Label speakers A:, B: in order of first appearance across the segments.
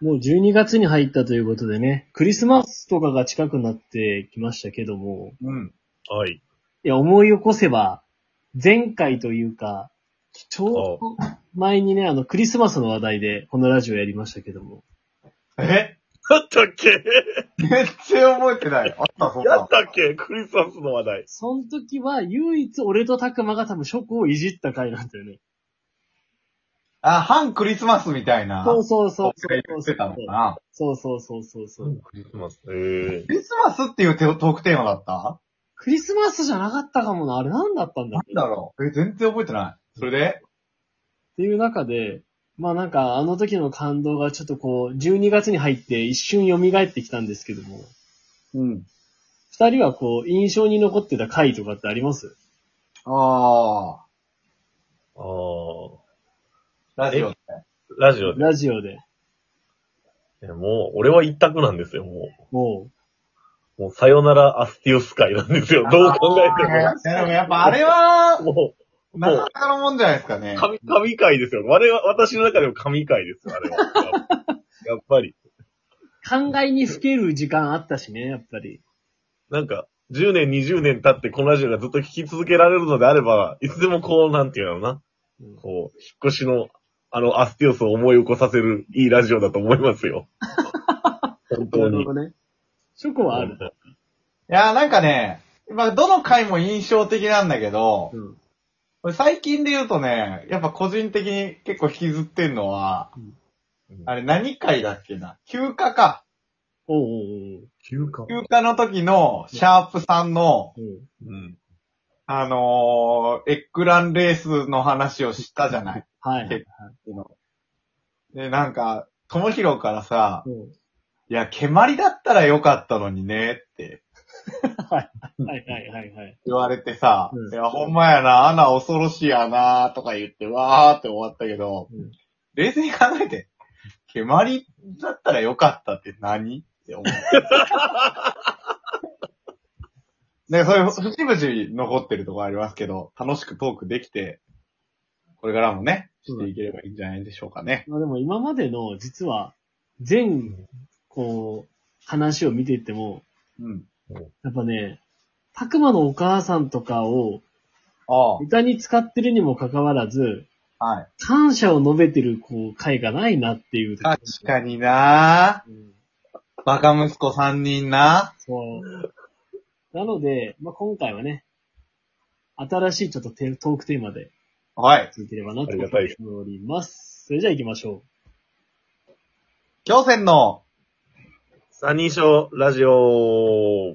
A: もう12月に入ったということでね、クリスマスとかが近くなってきましたけども、
B: うん。
C: はい。
A: いや、思い起こせば、前回というか、ちょうど前にね、あの、クリスマスの話題で、このラジオやりましたけども。
B: え
C: やったっけ
B: 全然覚えてない。あった、そん
C: や
B: な
C: っ。たっけクリスマスの話題。
A: その時は、唯一俺とタクマが多分ショコをいじった回なんだよね。
B: あ、反クリスマスみたいな。
A: そうそうそう
B: 僕が
A: そ
B: 言
A: う
B: ってたのかな。
A: そうそうそうそうそう。
C: クリスマス。ええ
B: クリスマスっていうテートークテーマだった
A: クリスマスじゃなかったかもな、あれなんだったんだ
B: な
A: っ
B: ん
A: け
B: だろうえ、全然覚えてない。それで
A: っていう中で、まあなんかあの時の感動がちょっとこう、12月に入って一瞬蘇ってきたんですけども、
B: うん。
A: 二人はこう、印象に残ってた回とかってあります
B: あ
C: ああ。
B: あ。ラジオ。
C: ラジオで。
A: ラジオで。
C: もう、俺は一択なんですよ、も
A: も
C: う。もう、さよならアスティオス会なんですよ。どう考えて
B: あーでもやっぱあれは、
C: も。も
B: なかなかのもんじゃないですかね
C: う、。神、神会ですよ。我々、私の中でも神会ですよ、あれは。やっぱり。
A: う、考えにふける時間あったしね、やっぱり。
C: なんか、10年、20年経ってこのラジオがずっと聞き続けられるのであれば、いつでもこう、なんていうのかな。こう、引っ越しの、あの、アスティオスを思い起こさせる、いいラジオだと思いますよ。 本当に。
A: どね。ショコはある。
B: いや、なんかね、まあ、どの回も印象的なんだけど、
A: うん。
B: 俺最近で言うとね、やっぱ個人的に結構引きずってんのは、
C: うん
B: あれ何回だっけな休暇か。
A: おうおう
C: 休暇
B: 休暇の時のシャープさんの、
A: おううん。
C: うん。
B: あのー、エッグランレースの話をしたじゃない。
A: はいはい。
B: で、なんか、ともひろからさ、
A: うん
B: いや、蹴鞠だったらよかったのにね、って
A: はいはいはいはい。
B: 言われてさ、
A: うん
B: いや、ほんまやな、アナ恐ろしいやな、とか言って、わーって終わったけど、
A: うん
B: 冷静に考えて、蹴鞠だったらよかったって何って思う。 ね、そういう、節々残ってるところありますけど、楽しくトークできて、これからもね、していければいいんじゃないでしょうかね。
A: まあでも今までの、実は、全、こう、話を見ていっても、
B: うん。
A: やっぱね、たくまのお母さんとかを
B: あ
A: 歌に使ってるにもかかわらず、
B: あ、はい。
A: 感謝を述べてる、こう、回がないなっていう。
B: 確かにな
A: うん
B: バカ息子3人な
A: そう。なので、まあ、今回はね、新しいちょっとテトークテーマで
B: はい。
A: 続ければなと
C: あり
A: 思
C: が
A: ったて
C: い
A: おります。それじゃあ行きましょ
B: 京戦の、
C: 三人称ラジオ。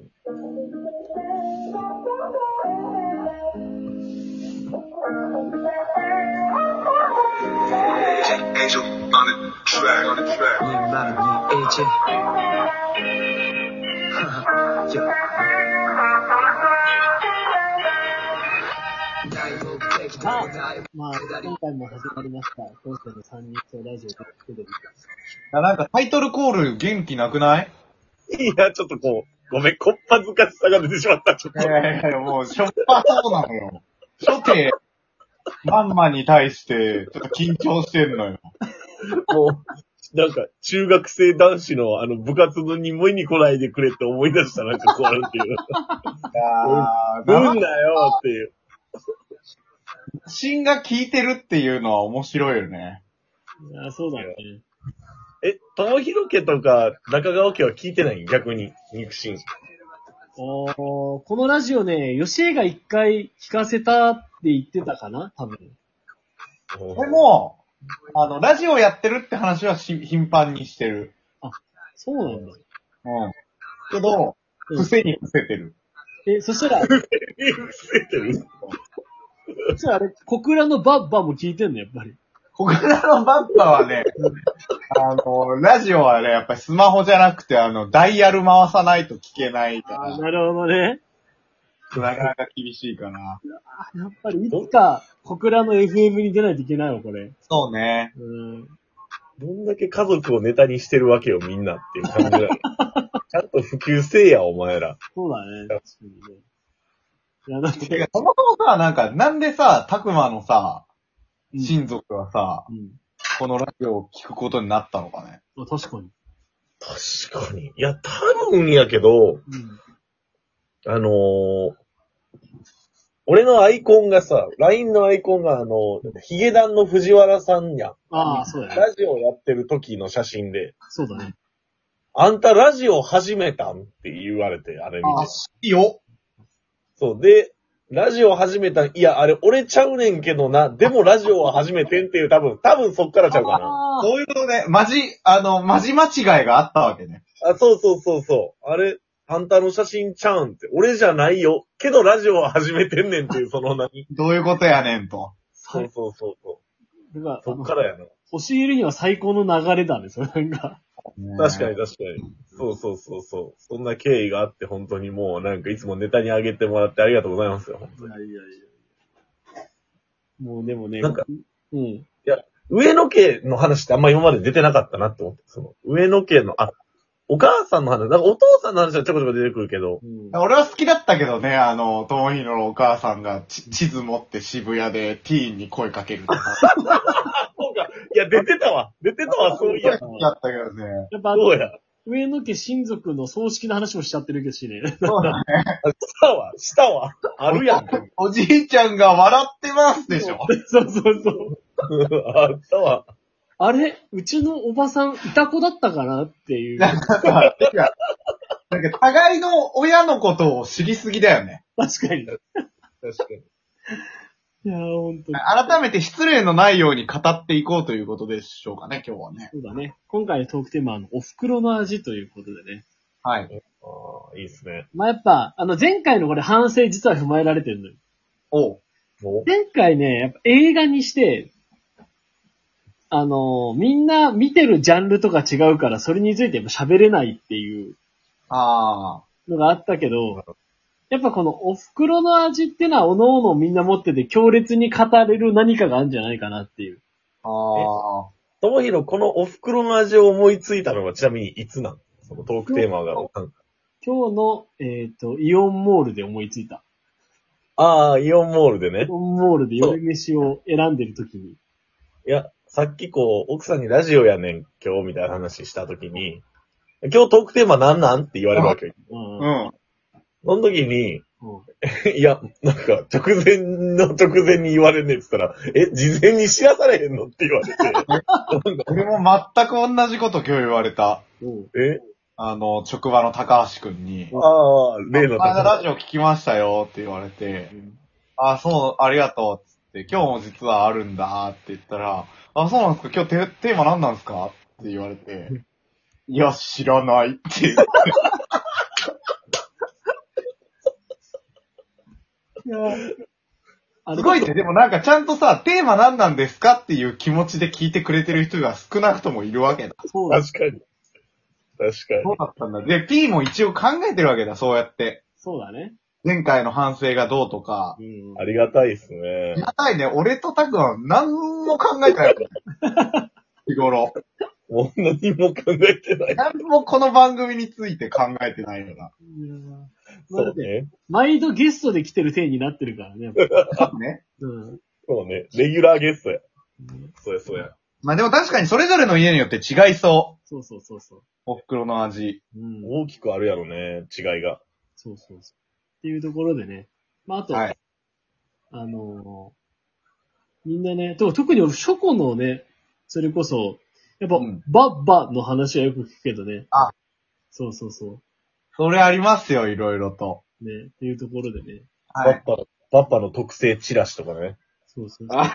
D: Angel on the track, on the track.
E: Yeah, matter, yeah, AJ. yeah. Dialogue text, dialogue.
A: う。まあ、今回も始まりました。今回の三人称ラジオですけど、
B: いやなんかタイトルコール元気なくない
C: いや、ちょっとこう、ごめん、こっぱずかしさが出てしまった。ちょっと。
B: やいやいや、もう、しょっぱそうなのよ。初手、まんまに対して、ちょっと緊張してんのよ。
C: もう、なんか、中学生男子のあの部活のに無に来ないでくれって思い出したな、ちょっとあるっていう。
B: い や
C: うん
B: ー、
C: だよっていう。
B: シンが効いてるっていうのは面白いよね。
A: あそうだね。
C: え、ともひろ家とか中川家は聞いてない逆に、肉親。
A: おーこのラジオね、吉江が一回聞かせたって言ってたかな多分。
B: でも、あの、ラジオやってるって話はし頻繁にしてる。
A: そうなんだ。
B: うん。けど、伏せに伏せてる。
A: え、そしたら、
C: え、伏せてる
A: そしたらあれ、小倉のバッバも聞いてんの、やっぱり。
B: 小倉のバッタはね、あの、ラジオはね、やっぱりスマホじゃなくて、あの、ダイヤル回さないと聞けないか
A: あ
B: ら、
A: なるほどね。
B: なかなか厳しいかな。
A: やっぱり、いつか、小倉の FM に出ないといけないわ、これ。
B: そうね。
A: うん。
C: どんだけ家族をネタにしてるわけよ、みんなっていう感じだ。ちゃんと普及せえや、お前ら。
A: そうだね。確かにね。いや、だって、
B: てか、そもそもさ、なんか、なんでさ、たくまのさ、
A: うん
B: 親族はさ、
A: うん。
B: このラジオを聞くことになったのかね。
A: まあ確かに。
C: 確かに。いや、多分やけど、
A: うん。
C: あのー俺のアイコンがさ、LINE のアイコンがあの、ヒゲダンの藤原さんやん。
A: ああ、そうだね。
C: ラジオやってる時の写真で、
A: そうだね。
C: あんたラジオ始めたんって言われて、あれ見て。
B: いいよ。
C: そう。で、ラジオ始めたん、いや、あれ俺ちゃうねんけどな、でもラジオは始めてんっていう、多分、多分そっからちゃうかな。
A: ああ、
B: そういうことね、まじ、あの、まじ間違いがあったわけね。
C: あ、そうそうそうそう。あれ、あんたの写真ちゃうんって、俺じゃないよ。けどラジオは始めてんねんっていう、その何
B: どういうことやねんと。
C: そうそうそうそう。
A: だから、
C: そっからやな。
A: 押し入れには最高の流れだね、それなんか。
C: 確かに。確かに。そうそうそうそう。そんな経緯があって、本当にもうなんかいつもネタにあげてもらってありがとうございますよ。
A: いやいやいや。もうでもね、
C: なんか、
A: うん。
C: 上野家の話ってあんま今まで出てなかったなって思って、その、上野家の、あ、お母さんの話、なんかお父さんの話はちょこちょこ出てくるけど、
A: うん、
B: 俺は好きだったけどね、あの、ともひろのお母さんがち地図持って渋谷でティーンに声かけるとか。
C: そうか、いや、出てたわ。出てたわ、そういや。
B: 好きだったけどね。
A: やっぱあの
C: そうや。
A: 上野家親族の葬式の話もしちゃってるけどしね。
B: そうだね。
C: したわ、したわ。あるやん。
B: おじいちゃんが笑ってますでしょ。
A: そうそうそう。
C: あったわ。
A: あれうちのおばさん、いた子だったかなって いう。
B: なんか、いやなんか互いの親のことを知りすぎだよね。
A: 確 かに。い
C: 確かに。
A: やー、ほんとに。
B: 改めて失礼のないように語っていこうということでしょうかね、今日はね。
A: そうだね。今回のトークテーマは、あのお袋の味ということでね。
B: はい。
C: ああ、いいっすね。
A: まあ、やっぱ、あの、前回のこれ反省実は踏まえられてるのよ。
B: おう。
C: お
A: 前回ね、やっぱ映画にして、あのーみんな見てるジャンルとか違うから、それについてやっぱ喋れないっていう
B: あ
A: のがあったけど、やっぱこのお袋の味ってのは、おのおのみんな持ってて強烈に語れる何かがあるんじゃないかなっていう。
B: あ。ああ。
C: ともひろ、このお袋の味を思いついたのはちなみにいつなんそのトークテーマが。
A: 今日の、えっ、と、イオンモールで思いついた。
C: ああ、イオンモールでね
A: イ。オンモールで夜飯を選んでる時に。
C: いや、さっきこう、奥さんにラジオやねん、今日みたいな話したときに、今日トークテーマなんなんって言われるわけ。
A: うん。
B: う
A: うん
B: ん。
C: その時に、
A: うん
C: いや、なんか、直前の直前に言われんねんって言ったら、え、事前に知らされへんのって言われて
B: 俺も全く同じこと今日言われた。
A: うん。
C: え、
B: あの、職場の高橋くんに、
C: ああ、例の
B: この間
C: 高
B: ラジオ聞きましたよって言われて、あ、そう、ありがとうっつって、今日も実はあるんだって言ったら、あ、そうなんですか今日テテーマ何なんですかって言われて、いや、知らない って。
A: いやーあ
B: すごいね。でもなんかちゃんとさ、テーマ何なんですかっていう気持ちで聞いてくれてる人が少なくともいるわけだ。
A: そうだ
C: 橋。確かに。確かに。
B: そうだったんだ。で、P も一応考えてるわけだ、そうやって。
A: そうだね。
B: 前回の反省がどうとか。
A: うん
C: ありがたいですね。
B: やばいね、俺とタクは何も考えて ない。日頃。
C: もう何も考えてない。
B: 何もこの番組について考えてないよな。
A: いやーまあだ
C: そ
A: っ
C: う
A: て
C: ね。
A: 毎度ゲストで来てる体になってるからね。やっぱ
B: ね。
A: うん。
C: そうね。レギュラーゲストや。そうや、そうや。
B: まあでも確かにそれぞれの家によって違いそ。
A: そうそうそうそう
B: お袋の味。
A: う。うん。
C: 大きくあるやろね、違いが。
A: そうそうそう。っていうところでね。まあ、あと、
B: はい
A: あのーみんなね、と特に俺、ショコのね、それこそ、やっぱ、
B: うん
A: バッバの話はよく聞くけどね。
B: あ
A: そうそうそ
B: それありますよ、いろいろと。
A: う。ね、っていうところでね。
B: は
C: バッ
B: い。
C: パの、バッパの特製チラシとかね。
A: そうそうそう。
B: あ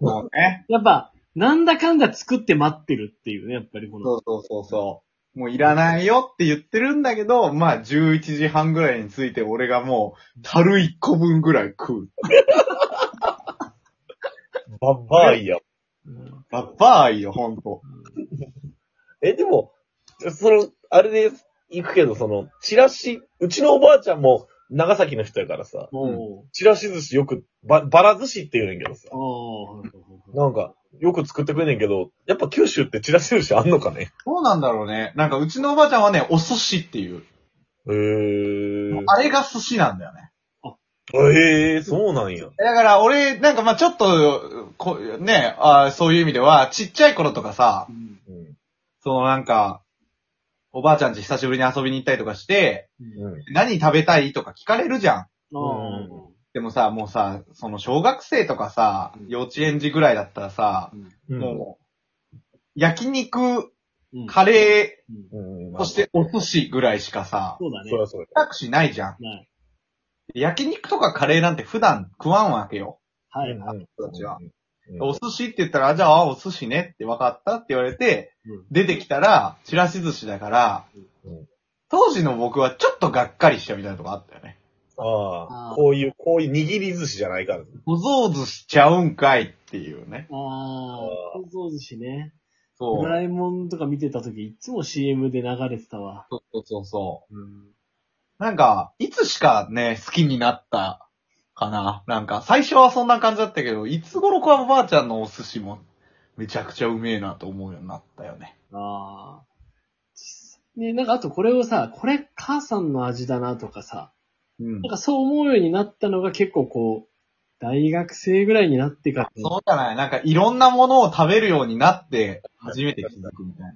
B: そうね。
A: やっぱ、なんだかんだ作って待ってるっていうね、やっぱりこの。
B: そうそうそうそう。もういらないよって言ってるんだけど、まあ11時半ぐらいについて俺がもう、樽1個分ぐらい食う。
C: バッパーイや。
A: うん
B: バッバーイよ、ほんと。
C: え、でも、その、あれで行くけど、その、チラシ、うちのおばあちゃんも長崎の人やからさ、
A: も
C: チラシ寿司よく、ば、ばら寿司って言うねんけどさ
A: う、あ、あ、はいはいはい
C: なんか、よく作ってくれんねんけど、やっぱ九州ってチラシ寿司あんのかね
B: そうなんだろうね。なんかうちのおばあちゃんはね、お寿司っていう。
C: へえ。
B: あれが寿司なんだよね。
C: ええそうなんや。
B: だから俺、なんかまあちょっと、こね、あーそういう意味では、ちっちゃい頃とかさ
A: う、ん
B: そのなんか、おばあちゃんち久しぶりに遊びに行ったりとかして、
C: うん。
B: 何食べたいとか聞かれるじゃん。
A: あ
B: でもさ、もうさ、その小学生とかさ、幼稚園児ぐらいだったらさ、
C: うん
B: もう、焼肉、
A: うん。
B: カレ
A: うん
C: うん。
B: ー、そしてお寿司ぐらいしかさ、
A: そうだね
C: そ。りゃそう
B: 選択肢ないじゃん。
A: ない。
B: 焼肉とかカレーなんて普段食わんわけよ。
A: は
C: や。
A: い。
C: うん
B: 人たちは。
C: うん
B: お寿司って言ったら、あじゃあ、お寿司ねって分かったって言われて、
A: うん
B: 出てきたら、ちらし寿司だから
C: うん、
B: 当時の僕はちょっとがっかりしたみたいなとこあったよね。
C: あ
A: あー
C: あ、こういう、こういう握り寿司じゃないから。
B: お雑寿司ちゃうんかいっていうね。
A: ああ、おそう寿司ね。
B: そ
A: ド
B: う。
A: ラえもんとか見てた時、いつも CM で流れてたわ。
B: そうそうそう。なんか、いつしかね、好きになったかな。なんか、最初はそんな感じだったけど、いつ頃かおばあちゃんのお寿司も、めちゃくちゃうめえなと思うようになったよね。
A: ああ。ね、なんかあとこれをさ、これ母さんの味だなとかさ、
B: うん
A: なんかそう思うようになったのが結構こう、大学生ぐらいになってから。
B: そうじゃないなんかいろんなものを食べるようになって、初めて気づくみたいな。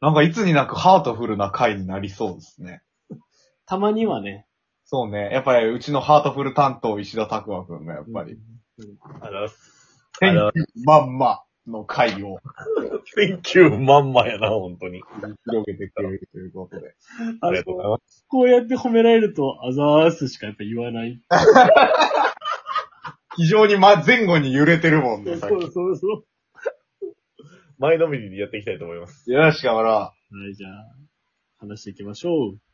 B: なんかいつになくハートフルな回になりそうですね。
A: たまにはね。
B: そうね。やっぱりうちのハートフル担当石田拓馬くんがやっぱり、
C: あら、
B: 天
C: あら
B: 気まんまの回を
C: Thank you, まんまやな、本当に。
B: 広げてくれるということで。
C: ありがとうございます。
A: こうやって褒められると、あざーすしかやっぱ言わない。
B: 非常にま、前後に揺れてるもん
A: そ
B: ね、
A: う
B: さっ
A: そうそうそう。
C: 前のめりにやっていきたいと思います。
B: き。よろしく、ほら。
A: はい、じゃあ、話していきましょう。
D: 「